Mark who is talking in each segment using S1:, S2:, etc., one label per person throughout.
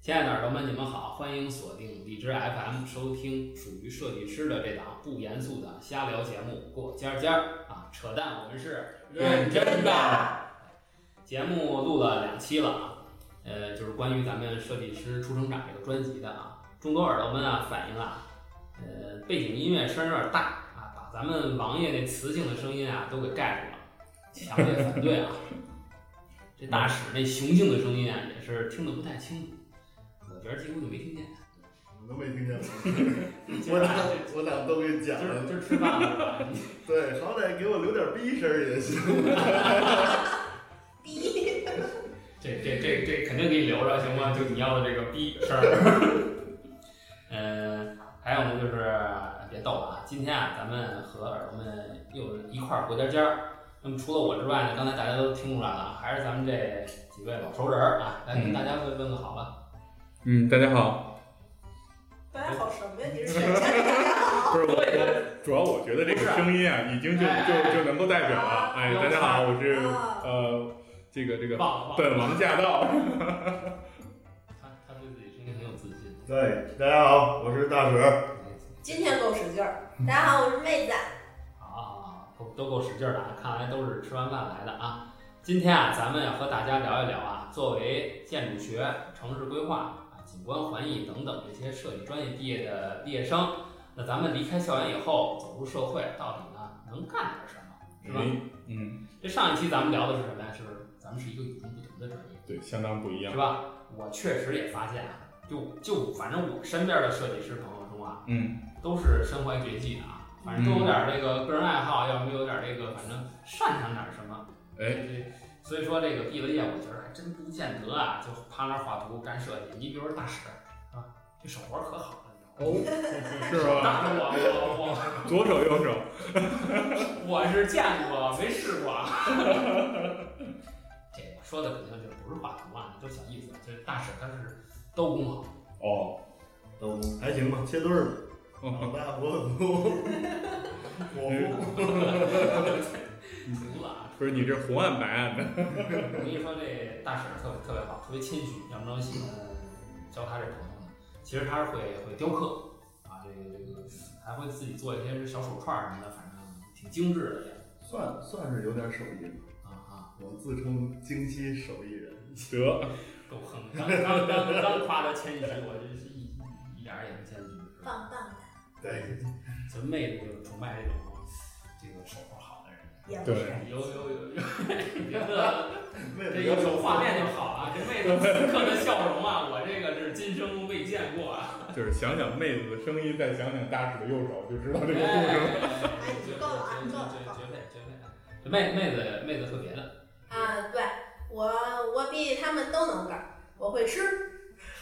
S1: 亲爱的耳朵们，你们好，欢迎锁定荔枝 FM 收听属于设计师的这档不严肃的瞎聊节目《过尖尖儿》啊，扯淡，我们是
S2: 认真的。
S1: 节目录了两期了啊，呃，就是关于咱们设计师出生长这个专辑的啊，众多耳朵们啊反映啊，呃，背景音乐声有点大啊，把咱们王爷那磁性的声音啊都给盖住了，强烈反对啊。这大使那雄性的声音啊，也是听得不太清楚，我觉得几乎就没听见。
S2: 我都没听见，我俩我俩都给
S1: 今
S2: 讲
S1: 儿
S2: 了，
S1: 今儿吃饭了，
S2: 对，好歹给我留点逼声儿也行。
S3: 逼，
S1: 这这这这肯定给你留着，行吗？就你要的这个逼事儿。 嗯，还有呢，就是别逗了啊！今天啊，咱们和耳朵们又一块儿回家尖儿。那么除了我之外呢，刚才大家都听出来了啊，还是咱们这几位老熟人儿啊，来跟大家问问个好吧。
S4: 嗯，大家好，
S3: 大家好什么呀？你是谁？ 大家
S4: 不
S3: 好。
S4: 是我，我主要我觉得这个声音啊，已经就就就能够代表了。哎，大家好，我是呃，这个这个
S1: 忘了忘了，
S4: 本王驾到。
S1: 他他对自己声音很有自信。
S2: 对，大家好，我是大使。
S3: 今天够使劲儿。大家好，我是妹子。
S1: 啊，都都够使劲儿的，啊！看来都是吃完饭来的啊。今天啊，咱们要和大家聊一聊啊，作为建筑学、城市规划啊、景观环艺等等这些设计专业毕业的毕业生，那咱们离开校园以后走入社会，到底呢能干点什么，是吧？
S4: 嗯嗯，
S1: 这上一期咱们聊的是什么呀？是咱们是一个与众不同的专业。
S4: 对，相当不一样
S1: 是。吧？我确实也发现啊，就就反正我身边的设计师朋友中啊，
S4: 嗯，
S1: 都是身怀绝技的啊，反正都有点这个个人爱好，要么有点这个反正擅长点什么。
S4: 哎
S1: 这，所以说这个毕了业，我觉得还真不见得啊，就趴那儿画图干设计。你比如说大使啊，这手活儿可好了，你知道吗？
S4: 哦， 是吧？
S1: 当然我我
S4: 左手右手，
S1: 我我是见过，没试过。啊 这我说的肯定就不是画图啊，你都小意思，就是大使他是刀工好。
S4: 哦，
S2: 都还行吧，切墩儿吧。老大我服，我 服。
S1: 服了啊！
S4: 不是你这红岸白岸的，
S1: 我跟你说，这大婶儿特别特别好，特别谦虚，要不然我喜欢交她这朋友呢。其实她是会会雕刻啊，这个这个还会自己做一些小手串儿什么的，反正挺精致的也
S2: 算算是有点手艺吧，
S1: 啊啊，
S2: 我自称京西手艺人。
S4: 得，
S1: 够横！刚刚刚刚夸她谦虚，我这是一一点儿也不谦虚，是吧？
S3: 棒棒的，
S2: 对，
S1: 所以妹子就是崇拜这种这个手活好的人。
S3: 也不
S4: 对
S3: 是。
S1: 有有有有，你这 个
S2: 为
S1: 这
S2: 了
S1: 有有
S3: 哎
S1: 画面就好啊！这妹子此刻的笑容啊，我这个是今生未见过啊！
S4: 就是想想妹子的声音，再想想大使的右手，就知道这个故事了。
S1: 哎
S3: 你够了啊你够了
S1: 绝绝配绝配啊！这妹妹子妹子特别的，
S3: 啊，对我我比他们都能干儿，我会吃，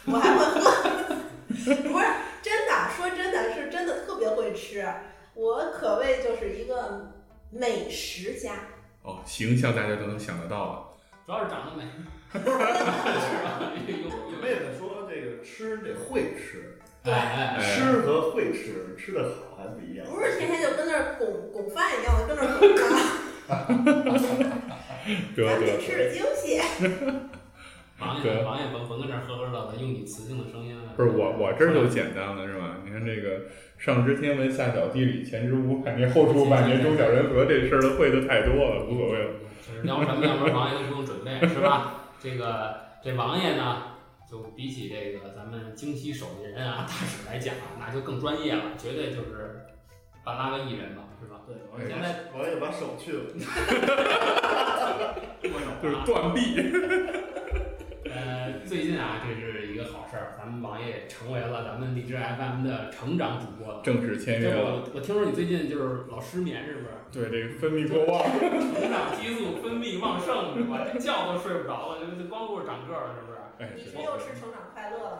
S3: 我还会喝。 不是真的，说真的是真的特别会吃，我可谓就是一个美食家。
S4: 哦，形象大家都能想得到了。
S1: 主要是长得美，是吧？有有
S2: 妹子说这个吃得会吃，
S1: 哎哎，
S4: 哎
S2: 吃和会吃，吃的好还不一样。
S3: 不是天天就跟那儿拱拱饭一样的跟那儿拱啊，
S4: 得
S3: 咱
S4: 得
S3: 得吃
S4: 得，
S3: 点精细。
S1: 王爷
S4: 对
S1: 王爷甭甭跟这儿呵呵乐的，用你磁性的声音啊。
S4: 不是我，我这儿就简单了，是吧？你看这个上知天文，下晓地理，前知五海年，后知五百年，中晓人和，这事儿都会的太多了，无所谓了。
S1: 是聊什么？要不然王爷都不用准备，是吧？这个这王爷呢，就比起这个咱们京西手艺人啊大使来讲，那就更专业了，绝对就是半拉个艺人了，是吧？
S2: 对，
S4: 哎
S1: 我现在
S2: 我也把手去了。
S1: 握手啊
S4: 就是断臂，
S1: 呃，最近啊，这是一个好事儿，咱们王爷成为了咱们荔枝 FM 的成长主播了。
S4: 正式签约
S1: 这
S4: 了。
S1: 我我听说你最近就是老失眠，是不是？
S4: 对，这个分泌过旺，
S1: 成长激素分泌旺盛，是吧？这觉都睡不着了，就就光顾着长个儿了，是不是？
S4: 哎，
S3: 你是
S4: 对
S3: 又吃成长快乐了，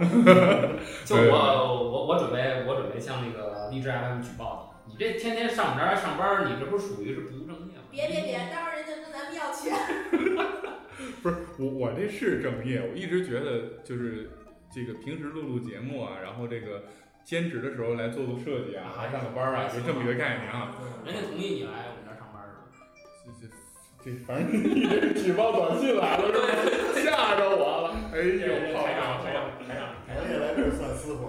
S1: 就
S4: 对
S1: 我我我准备我准备向那个荔枝 FM 举报你，你这天天上我们这儿来上班儿，你这不是属于是不务正业吗？
S3: 别别别，待会儿人家跟咱们要钱。
S4: 不是我，我这是正业。我一直觉得就是这个平时录录节目啊，然后这个兼职的时候来做做设计啊，还上个班儿啊，就这么一个概念啊。
S1: 人家同意你来我们这儿上班儿是吧？
S4: 这这这，反正你这举报短信来了，是吧吓着我了。哎
S1: 这
S4: 呦，
S1: 这
S4: 好
S1: 台
S4: 家
S1: 长
S4: 伙
S1: 台！长台长，
S2: 我。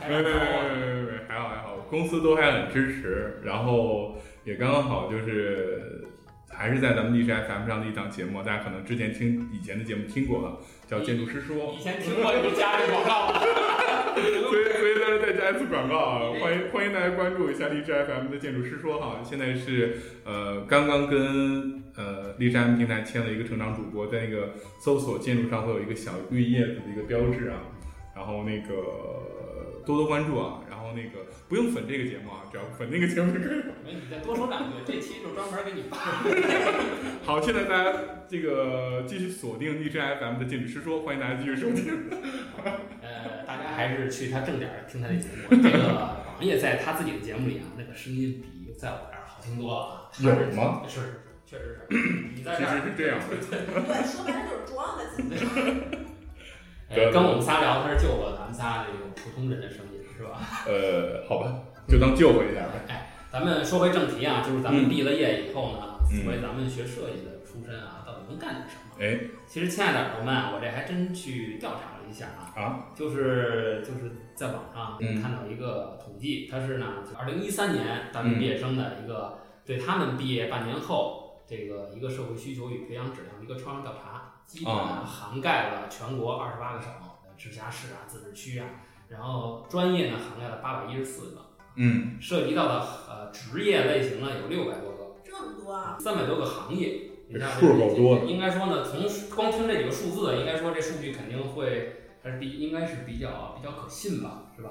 S1: 还
S4: 没
S1: 是
S4: 没没
S1: 找我
S4: 没没没，还好还好，公司都还很支持，然后也刚刚好就是还是在咱们历史 FM 上的一档节目，大家可能之前听以前的节目听过了，叫《建筑师说
S1: 以前听过你家里广告吗？》，
S4: 所以所以在这再加一次广告啊，欢迎欢迎大家关注一下荔枝 FM 的《建筑师说》哈，现在是呃刚刚跟呃荔枝 FM 平台签了一个成长主播，在那个搜索建筑上会有一个小绿叶子的一个标志啊，然后那个多多关注啊，然后那个不用粉这个节目啊，只要粉那个节目就可以了。
S1: 你再多说两句，这期就专门给你扒。
S4: 好，现在大家这个继续锁定荔枝 FM 的建筑师说，欢迎大家继续收听。
S1: 呃，大家还是去他正点儿听他的节目。这个王爷在他自己的节目里啊，那个声音比在我这儿好听多了啊。
S4: 有吗？
S1: 是，确实是。你在
S4: 其
S1: 这
S4: 实
S1: 儿，
S4: 是这样的，
S3: 对，说白了就是装的自己。
S1: 呃，跟我们仨聊，他是救了咱们仨这种普通人的声音，是吧？
S4: 呃，好吧，就当救回一下呗。
S1: 咱们说回正题啊，就是咱们毕了业以后呢，
S4: 嗯
S1: 作为咱们学设计的出身啊，到底能干点什么？
S4: 哎，
S1: 其实，亲爱的耳朵们啊，我这还真去调查了一下啊，
S4: 啊，
S1: 就是就是在网上
S4: 嗯
S1: 看到一个统计，它是呢，二零一三年咱们毕业生的一个、对他们毕业半年后这个一个社会需求与培养质量的一个抽样调查，基本
S4: 啊
S1: 涵盖了全国二十八个省、直辖市啊、自治区啊，然后专业呢涵盖了八百一十四个，
S4: 嗯，
S1: 涉及到的呃职业类型呢有六百多个。
S3: 这么多啊，
S1: 三百多个行业，你看
S4: 数够多的
S1: 应该说呢，从数光听这几个数字，应该说这数据肯定会还是比应该是比较比较可信吧，是吧？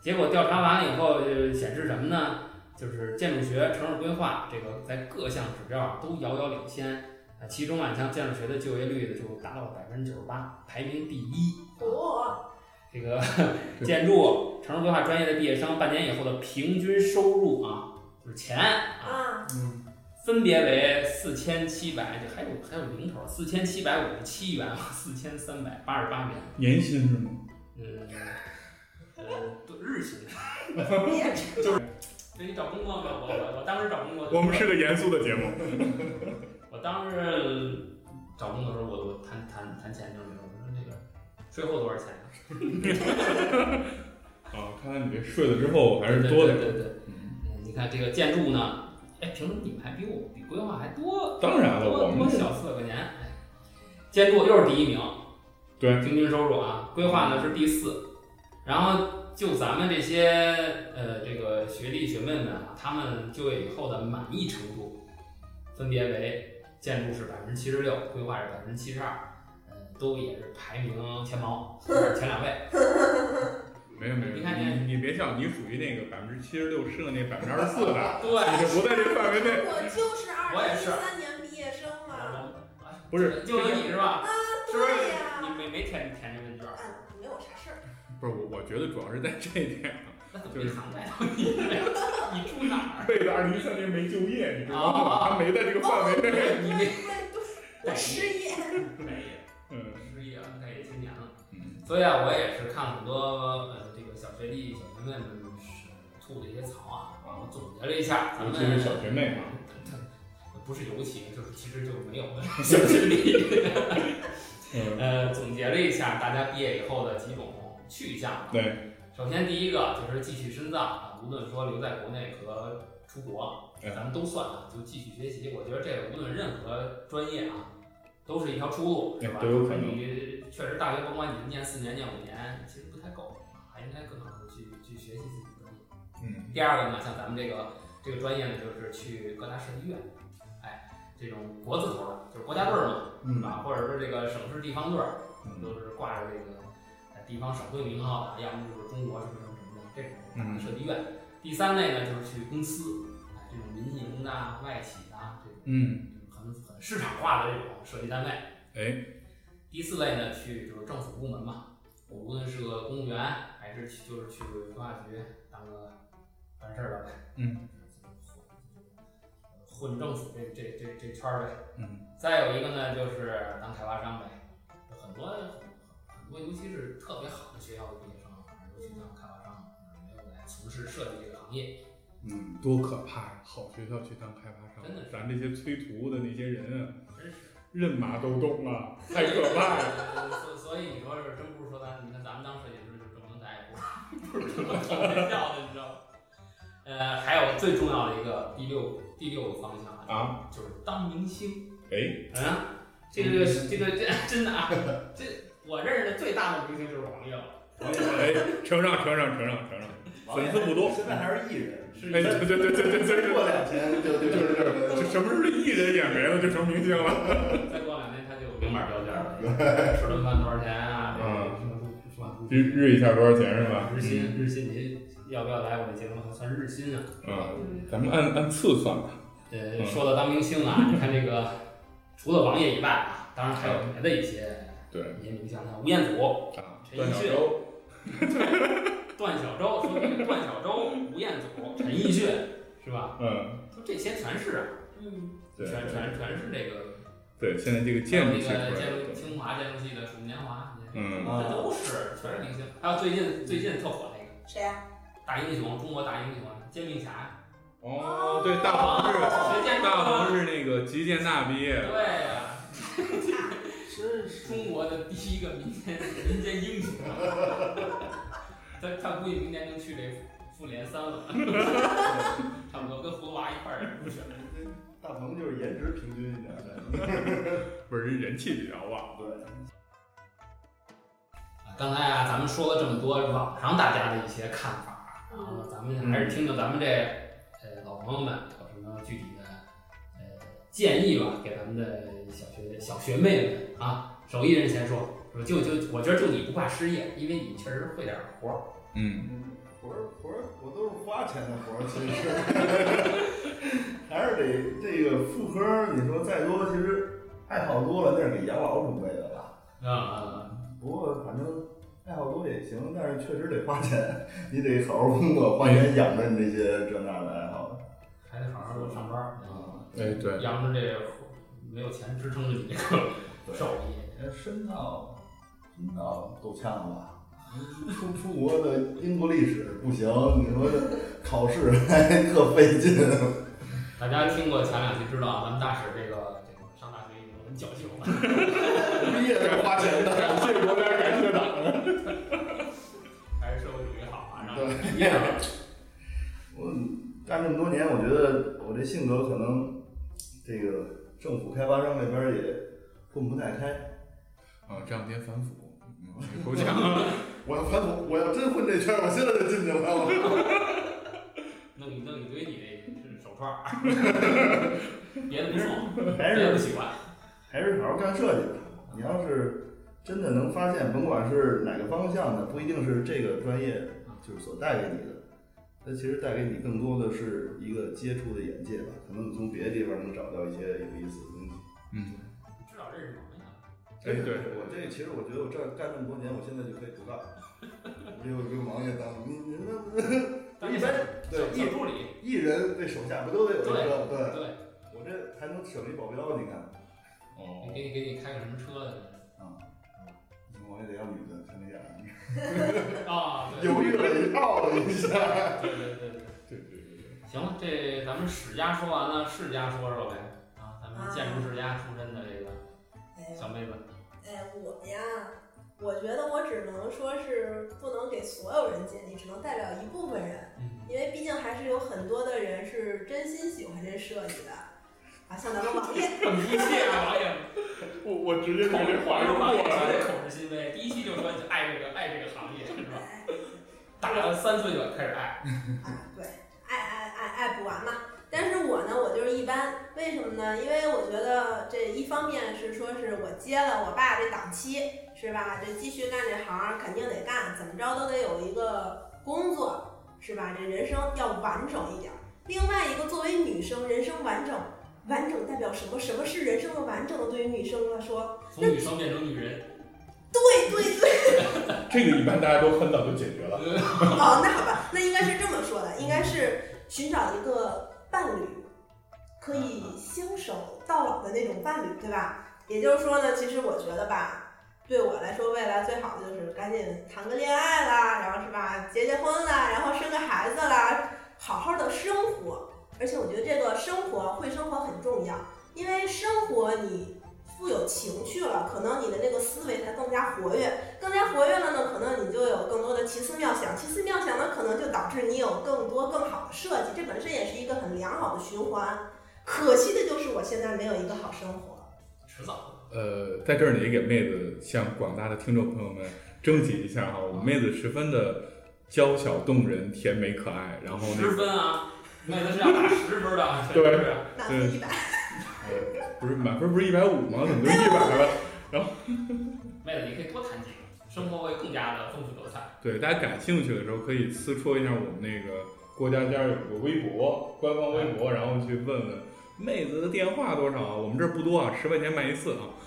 S1: 结果调查完了以后，呃，显示什么呢？就是建筑学、城市规划这个在各项指标都遥遥领先。啊，其中啊，你像建筑学的就业率就达到了百分之九十八，排名第一。
S3: 哦，
S1: 这 个建筑、城市规划专业的毕业生半年以后的平均收入啊，就是钱啊，
S3: 啊，
S2: 嗯，
S1: 分别为四千七百，这还有还有零头，四千七百五十七元， 四千三百八十八元，
S4: 年薪是吗？
S1: 嗯，呃，都日薪，
S3: 你也这
S1: 就是。那你找工作吗？我我我当时找工作，
S4: 我们是个严肃的节目。
S1: 我当时找工作的时候，我我谈谈谈钱就是我说这个税后多少钱啊？
S4: 啊，看来你这睡了之后还是
S1: 对
S4: 多
S1: 对
S4: 点。
S1: 对对对，
S4: 嗯
S1: 嗯你看这个建筑呢，哎，凭什么你们还比我比规划还多
S4: 当然了，我
S1: 多
S4: 们
S1: 多小四百块钱？哎建筑又是第一名，
S4: 对
S1: 平均收入啊，规划呢是第四。然后就咱们这些呃这个学弟学妹们啊，他们就业以后的满意程度，分别为建筑是百分之七十六，规划是百分之七十二，呃，都也是排名前茅，前两位。
S4: 没有没有，
S1: 你看你
S4: 你别笑，你属于那个百分之七十六剩那百分之二十四的，
S1: 对，
S4: 你就不在这范围 内。
S3: 我就是
S1: 我
S3: 二
S1: 也
S3: 零一
S1: 是
S3: 三年毕业生嘛。
S4: 不是，
S1: 就有你是吧？是不是
S3: 对呀、
S1: 你没没填填这问卷儿？
S3: 哎，没有啥事儿。
S4: 不是我，我觉得主要是在这一点，
S1: 那怎么没涵盖到你呢？你住 哪儿？
S4: 为了二零一三年没就业，你知道
S1: 啊
S4: 吗？他没在这个范 围内。
S3: 对
S1: 你没
S3: 对对，我失业。
S1: 没
S4: 嗯
S1: 失业了，那也今年了。
S4: 嗯
S1: 所以啊，我也是看了很多呃这个小学弟小学妹们是吐的一些槽啊，我总结了一下，咱
S4: 尤
S1: 们
S4: 其是小学妹嘛，
S1: 不是尤其，就是其实就是没有的小学弟，
S4: 嗯，
S1: 呃，总结了一下大家毕业以后的几种去向。
S4: 对，
S1: 首先第一个就是继续深造啊，无论说留在国内和出国，
S4: 嗯
S1: 咱们都算啊，就继续学习。我觉得这个无论任何专业啊，都是一条出路，是吧？
S4: 哎都有可能
S1: 你确实大学甭管你念四年念五年，其实不太够，还应该更好的去去学习自己的专业。
S4: 嗯，
S1: 第二个呢，像咱们这个这个专业呢，就是去各大设计院，哎，这种国字头的，就是国家队儿嘛，是
S4: 嗯
S1: 吧？或者说这个省市地方队儿，
S4: 嗯
S1: 都是挂着这个呃地方省会名号啊的，要么就是中国什么什么什么的这种大的设计院。第三类呢，就是去公司，哎，这种民营的、啊外企的这种
S4: 嗯，
S1: 很很市场化的这种设计单位。
S4: 哎，
S1: 第四类呢，去就是政府部门嘛，我无论是个公务员，还是去就是去规划局当个办事儿的呗，
S4: 嗯
S1: 就是混，混政府这这这这圈儿呗。
S4: 嗯，
S1: 再有一个呢，就是当开发商呗，很多很多，尤其是特别好的学校的毕业生，啊尤其当开发商，啊没有来从事设计这个行业。
S4: 嗯，多可怕呀！好学校去当开发商
S1: 真的是，
S4: 咱这些催图的那些人啊，
S1: 真是
S4: 认马都懂啊，太可怕了。
S1: 呃所所以你说是真不是说咱，你看咱们当设计开玩笑的，你知道吗？呃，还有最重要的一个第六第六个方向
S4: 啊，
S1: 就是当明星。
S4: 哎，
S1: 嗯，这个这个这真的啊，这我认识的最大的明星就是王耀。
S2: 嗯
S4: 哎，承让承让承让承让，粉丝不多。
S2: 现在还是艺人，是
S4: 哎，对对对对对对
S2: 过两天就就就是
S4: 对，这什么时候艺人也没了，就成明星了？
S1: 再过两年他就明码标价了， 吃顿饭多少钱啊？这个什么什么
S4: 日嗯日一下多少钱是吧？嗯
S1: 日薪日薪，你要不要来我这节目？算日薪啊。
S4: 嗯，
S3: 嗯，
S4: 咱们按按次算吧。嗯
S1: 呃，说到当明星啊，你看这个除了王爷以外啊，当然还有别的一些
S4: 嗯对
S1: 一些名像，像吴彦祖、
S4: 啊，
S1: 陈
S4: 段
S1: 奕
S4: 小
S1: 迅、
S4: 舟，
S1: 段小舟，说这个段小舟、吴彦祖、陈奕迅是吧？
S4: 嗯，
S1: 说这些全是啊，
S3: 嗯，
S4: 对
S1: 全全全是这个
S4: 对，现在这个建筑
S1: 还
S4: 学
S1: 有那个
S4: 出来
S1: 建筑
S4: 了，
S1: 清华建筑系的《楚年华》，
S4: 嗯，
S1: 这都是全是明星。还有最近最近特火那个
S3: 谁啊呀？
S1: 大英雄，中国大英雄煎饼侠，
S4: 哦，对，大黄是
S1: 谁见过
S4: 大
S1: 啊？
S4: 黄是那个吉建大毕业的，
S1: 对呀，
S2: 真是
S1: 中国的第一个民间民间英雄。他他估计明年能去这复联三了， 差不多跟葫芦娃一块儿入选。
S2: 大鹏就是颜值平均一点的，
S4: 不是人气比较旺。
S2: 对，
S1: 啊刚才啊，咱们说了这么多网上大家的一些看法啊，然后咱们还是听听咱们这呃老朋友们有什么具体的呃建议吧，给咱们的小学小学妹们啊，手艺人先说，说就就我觉得就你不怕失业，因为你确实会点活儿。
S4: 嗯，
S2: 活儿活儿我都是花钱的活儿，其实 还是得这个副科，你说再多，其实爱好多了，那是给养老准备的了。
S1: 啊、
S2: 不过反正爱好多也行，但是确实得花钱，你得好好工作，花钱养着你这些这那的爱好。
S1: 还得好好地上班儿，
S2: 啊，
S4: 哎，对，
S1: 要不然这没有钱支撑着你这个
S2: 对
S1: 手艺。
S2: 哎深造，深造够呛吧？出出国的英国历史不行，你说这考试还特费劲。
S1: 大家听过前两期知道啊，咱们大使这个这个上大学已经很侥幸了。
S2: 毕业是花钱的，
S4: 感谢国家，感谢党。
S1: 还是社会主义好啊，让
S2: 对
S1: 你毕业了。
S2: 我干这么多年，我觉得我这性格可能这个政府开发商那边儿也混不太开。
S4: 啊，这两天反腐， 嗯，够呛。
S2: 我要反腐，我要真混这圈儿，我现在就进去 了。
S1: 弄一弄一堆你那是手串儿，别的不送，
S2: 还
S1: 别的不
S2: 是
S1: 喜欢。
S2: 还是好好干设计吧。你要是真的能发现，甭管是哪个方向的，不一定是这个专业就是所带给你的。它其实带给你更多的是一个接触的眼界吧，可能你从别的地方能找到一些有意思的东西。
S4: 嗯，
S1: 至少认识朋友。
S4: 哎，对，
S2: 我这个其实我觉得我这干这么多年，我现在就可以不干了。没有一个王爷当你你那
S1: 但是
S2: 一般
S1: 小
S2: 对
S1: 小
S2: 艺
S1: 助理，
S2: 艺人那手下不都得有一个？对，
S1: 对，
S2: 我这还能省一保镖，你看，啊
S4: 哦，
S1: 给你给你开个什么车的？
S2: 王爷得要女的才 能演，
S1: 啊，对
S2: 犹豫了一套了一 下。
S1: 对对对对。
S4: 对对对对，
S1: 行了，这咱们史家说完了，世家说说呗。啊，咱们建筑世家出身的这个
S3: 哎呦
S1: 小妹子，
S3: 哎，我呀，我觉得我只能说是不能给所有人建议，只能代表一部分人，
S1: 嗯，
S3: 因为毕竟还是有很多的人是真心喜欢这设计的，啊，像咱们王爷，
S1: 很不屑啊，王爷，
S4: 我我直接
S1: 口是
S4: 话就
S1: 王爷
S4: 过来
S1: 绝对
S4: 了。
S1: 口是心非。第一期就说你爱这个爱这个行业是 吧？
S3: 哎
S1: 打了三岁就开始爱，
S3: 啊，对，爱爱爱爱不完嘛。但是我呢，我就是一般，为什么呢？因为我觉得这一方面是说是我接了我爸这档期，是吧？这继续干这行肯定得干，怎么着都得有一个工作，是吧？这人生要完整一点儿。另外一个，作为女生，人生完整，完整代表什么？什么是人生的完整？对于女生来说，
S1: 从女生变成女人。
S3: 对对对，
S4: 这个一般大家都很早就解决了。
S3: 哦，那好吧，那应该是这么说的，应该是寻找一个伴侣，可以相守到老的那种伴侣，对吧？也就是说呢，其实我觉得吧，对我来说，未来最好的就是赶紧谈个恋爱啦，然后是吧，结结婚啦，然后生个孩子啦，好好的生活。而且我觉得这个生活会生活很重要，因为生活你富有情趣了，可能你的那个思维才更加活跃，更加活跃了呢，可能你就有更多的奇思妙想，奇思妙想呢，可能就导致你有更多更好的设计，这本身也是一个很良好的循环。可惜的就是我现在没有一个好生活，
S1: 迟早
S4: 呃，在这儿也给妹子向广大的听众朋友们征集一下哈，我们妹子十分的娇小动人、甜美可爱，然后
S1: 十
S4: 那个
S1: 分啊，妹子是要打十分的，
S4: 对
S1: 确实是
S3: 满分一百，
S4: 不是满分不是一百五吗？怎么就一百了？
S1: 妹子你可以多谈几个，生活会更加的丰富多彩。
S4: 对，大家感兴趣的时候可以私戳一下我们那个郭家家有个微博，官方微博，然后去问问妹子的电话多少？我们这儿不多啊，十块钱卖一次啊。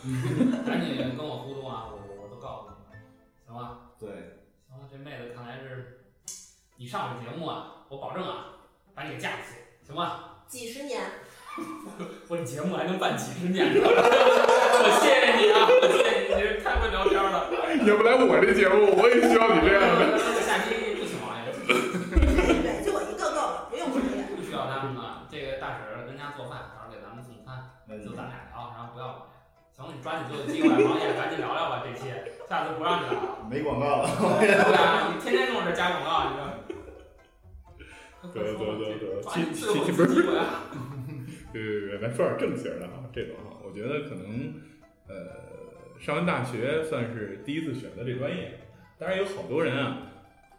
S1: 赶紧跟我互动啊，我我我都告诉你，行吧？
S2: 对，
S1: 行吧，这妹子看来是，你上我节目啊，我保证啊，把你给嫁出去，行吧？
S3: 几十年，
S1: 我这节目还能办几十年呢， 我谢谢你啊，我谢谢你，你这太会聊天了。
S4: 要不来我这节目，我也需要你这样的。
S1: 下期不请王爷，
S3: 对，就我一个够了，不用努力。
S1: 不需要他们了。这个大婶儿跟家做饭，到时候给咱们送餐，
S2: 那你
S1: 就咱俩聊，然后不要王爷。行了，你抓紧这个机会，王爷赶紧聊聊吧，这期 下次不让你聊了。
S2: 没广告了，
S1: 对啊，你天天跟我这加广告，你这。
S4: 对对对对
S1: 抓紧
S4: 其
S1: 最后一
S4: 其不
S1: 次
S4: 是
S1: 机会 啊！
S4: 对对对，来说点正形的哈，这种哈，我觉得可能呃，上完大学算是第一次选择这专业，当然有好多人啊，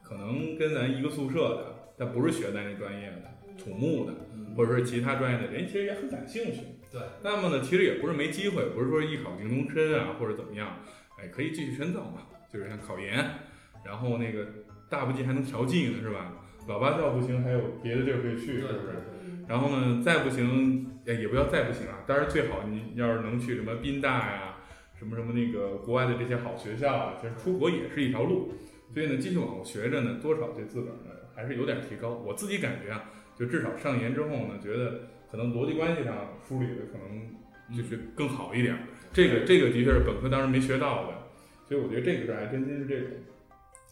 S4: 可能跟咱一个宿舍的，但不是学咱这专业的，土木的，
S2: 嗯
S4: 或者说其他专业的人，其实也很感兴趣。
S1: 对，
S4: 那么呢，其实也不是没机会，不是说一考定终身啊，或者怎么样，哎，可以继续深造嘛，就是像考研，然后那个大不济还能调剂呢，是吧？老八教不行，还有别的地儿可以去，是
S1: 对
S4: 不是？
S3: 嗯，
S4: 然后呢，再不行也也不要再不行啊，当然最好你要是能去什么宾大呀、什么什么那个国外的这些好学校啊，其实出国也是一条路。所以呢，继续往后学着呢，多少对自个儿呢还是有点提高。我自己感觉啊，就至少上研之后呢，觉得可能逻辑关系上梳理的可能就是更好一点。这个这个的确是本科当时没学到的，所以我觉得这个事儿还真真是这种，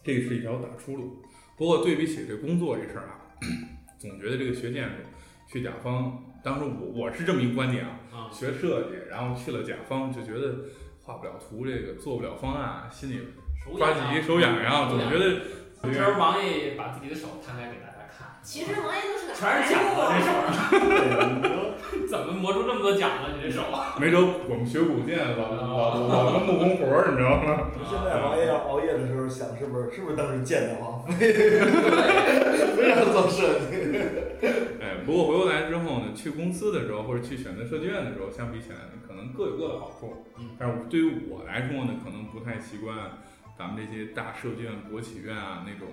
S4: 这个是一条大出路。不过对比起这工作这事儿啊，总觉得这个学建筑去甲方，当时我我是这么一个观点啊，
S1: 啊，
S4: 学设计，然后去了甲方就觉得画不了图，这个做不了方案，心里
S1: 手
S4: 抓
S1: 痒啊
S4: 急手痒痒，啊总觉得
S1: 这时候王爷把自己的手摊开给大家看，
S3: 其实王爷就是个啊
S1: 全是茧子，这手上
S2: 对，你说
S1: 怎么磨出这么多茧子？你 这手啊！
S4: 没准我们学古建老老老能木工活儿，你知道吗？
S2: 现在王爷要熬夜的时候想是不是是不是当时见到王菲， 不让做设计，
S4: 哎，不过回过来之后呢，去公司的时候或者去选择设计院的时候，相比起来可能各有各的好处。
S1: 嗯
S4: 但是对于我来说呢，可能不太习惯咱们这些大设计院、国企院啊那种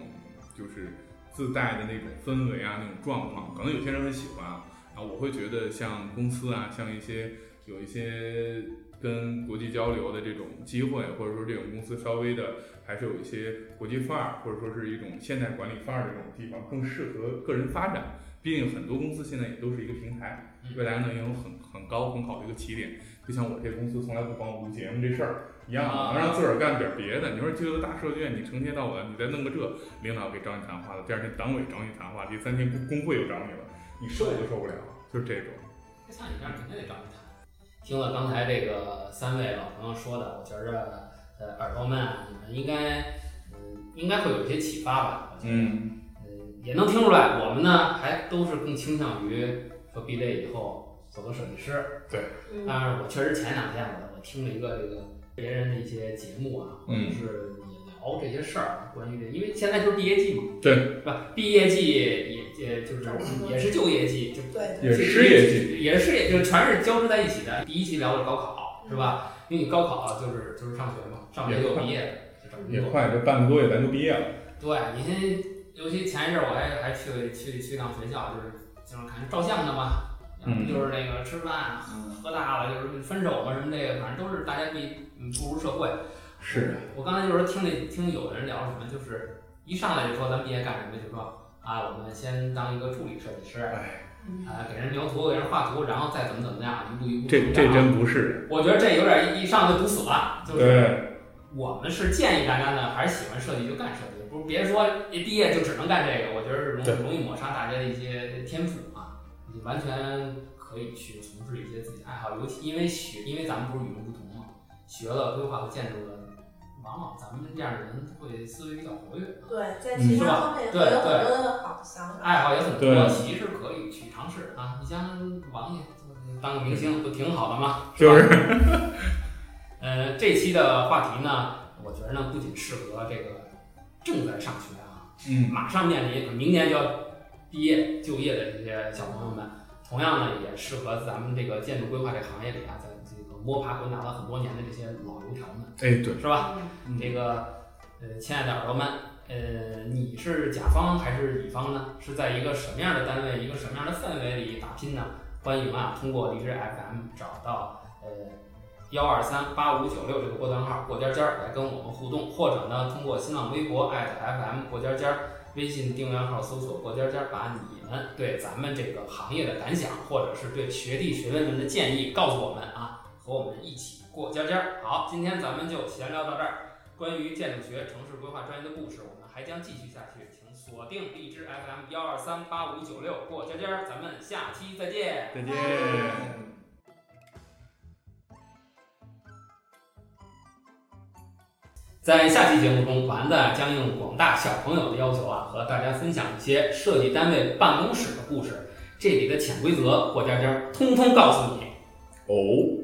S4: 就是自带的那种氛围啊那种状况，可能有些人很喜欢啊。啊，我会觉得像公司啊，像一些有一些跟国际交流的这种机会，或者说这种公司稍微的还是有一些国际范儿，或者说是一种现代管理范儿的这种地方，更适合个人发展。毕竟很多公司现在也都是一个平台，
S1: 嗯
S4: 未来呢也有很很高很好的一个起点。就像我这公司从来不管我录节目这事儿一样，
S1: 啊
S4: 我能让自个儿干点别的。你说去个大设计院，你成天到晚你再弄个这，领导给找你谈话了，第二天党委找你谈话，第三天工工会又找你了，你受都受不了，就是这种。
S1: 那像你这样肯定得找你谈。听了刚才这个三位老朋友说的，我觉着呃耳朵们啊，你们应该嗯应该会有一些启发吧。我觉得
S4: 嗯，
S1: 嗯也能听出来，我们呢还都是更倾向于说毕业以后做个设计师。
S3: 嗯，
S1: 但是我确实前两天我我听了一个这个别人的一些节目啊，或者
S4: 嗯
S1: 是也聊这些事儿，关于这，因为现在就是毕业季嘛，
S4: 对，
S1: 是吧？毕业季也也就是也是就业季，就
S3: 对，
S4: 也是失业季，
S1: 也是失业，就是全是交织在一起的。第一期聊的高考是吧？
S4: 嗯
S1: 因为你高考就是就是上学嘛，上学就有毕业，就找
S4: 也
S1: 工作。
S4: 快这半个多月咱就毕业了。
S1: 对，你先，尤其前一阵儿我还还去了去去趟学校，就是就是看照相的嘛，要不
S4: 嗯
S1: 就是那个吃饭啊喝大了就是分手啊嘛什么这个，反正都是大家必嗯步入社会。
S4: 是
S1: 我刚才就是听那听有的人聊什么，就是一上来就说咱们毕业干什么，就说啊，我们先当一个助理设计师，
S4: 哎，
S3: 嗯
S1: 啊，给人描图，给人画图，然后再怎么怎么样，一步一步
S4: 这
S1: 成
S4: 这
S1: 长
S4: 真不是。
S1: 我觉得这有点一上就堵死了，就是
S4: 对，
S1: 我们是建议大家呢，还是喜欢设计就干设计，不是别说一毕业就只能干这个，我觉得是容
S4: 对
S1: 容易抹杀大家的一些天赋啊，你完全可可以去从事一些自己爱好，尤其因为学，因为咱们不是与众不同嘛，学了规划和建筑的，往往咱们这样的人会思维比较活跃，
S3: 对，在
S4: 嗯
S3: 其
S1: 是
S3: 他
S1: 吧
S3: 方面
S1: 对
S3: 会有很
S1: 对
S3: 多的好想法。
S1: 爱好也很多，
S4: 对
S1: 其实可以去尝试啊。你像王爷当个明星不挺好的吗？
S4: 就是
S1: 吧
S4: 是
S1: 呃，这期的话题呢，我觉得呢不仅适合这个正在上学啊，
S4: 嗯
S1: 马上面临明年就要毕业就业的这些小朋友们，同样呢也适合咱们这个建筑规划这行业里啊，在这个摸爬滚打了很多年的这些老油条们，
S4: 哎对，
S1: 是吧？
S2: 嗯
S1: 这个呃，亲爱的耳朵们，呃，你是甲方还是乙方呢？是在一个什么样的单位、一个什么样的氛围里打拼呢？欢迎啊，通过荔枝 FM 找到呃幺二三八五九六这个波段号过尖尖儿来跟我们互动，或者呢通过新浪微博 @FM 过尖尖儿，微信订阅号搜索过尖尖儿，把你们对咱们这个行业的感想，或者是对学弟学妹们的建议告诉我们啊，和我们一起过尖尖儿。好，今天咱们就闲聊到这儿。关于建筑学、城市规划专业的故事，我们还将继续下去，请锁定荔枝 FM 幺二三八五九六过家家，咱们下期再见。
S4: 再
S3: 见
S1: 在下期节目中，丸子将应广大小朋友的要求啊，和大家分享一些设计单位办公室的故事，这里的潜规则，过家家通通告诉你。
S4: 哦。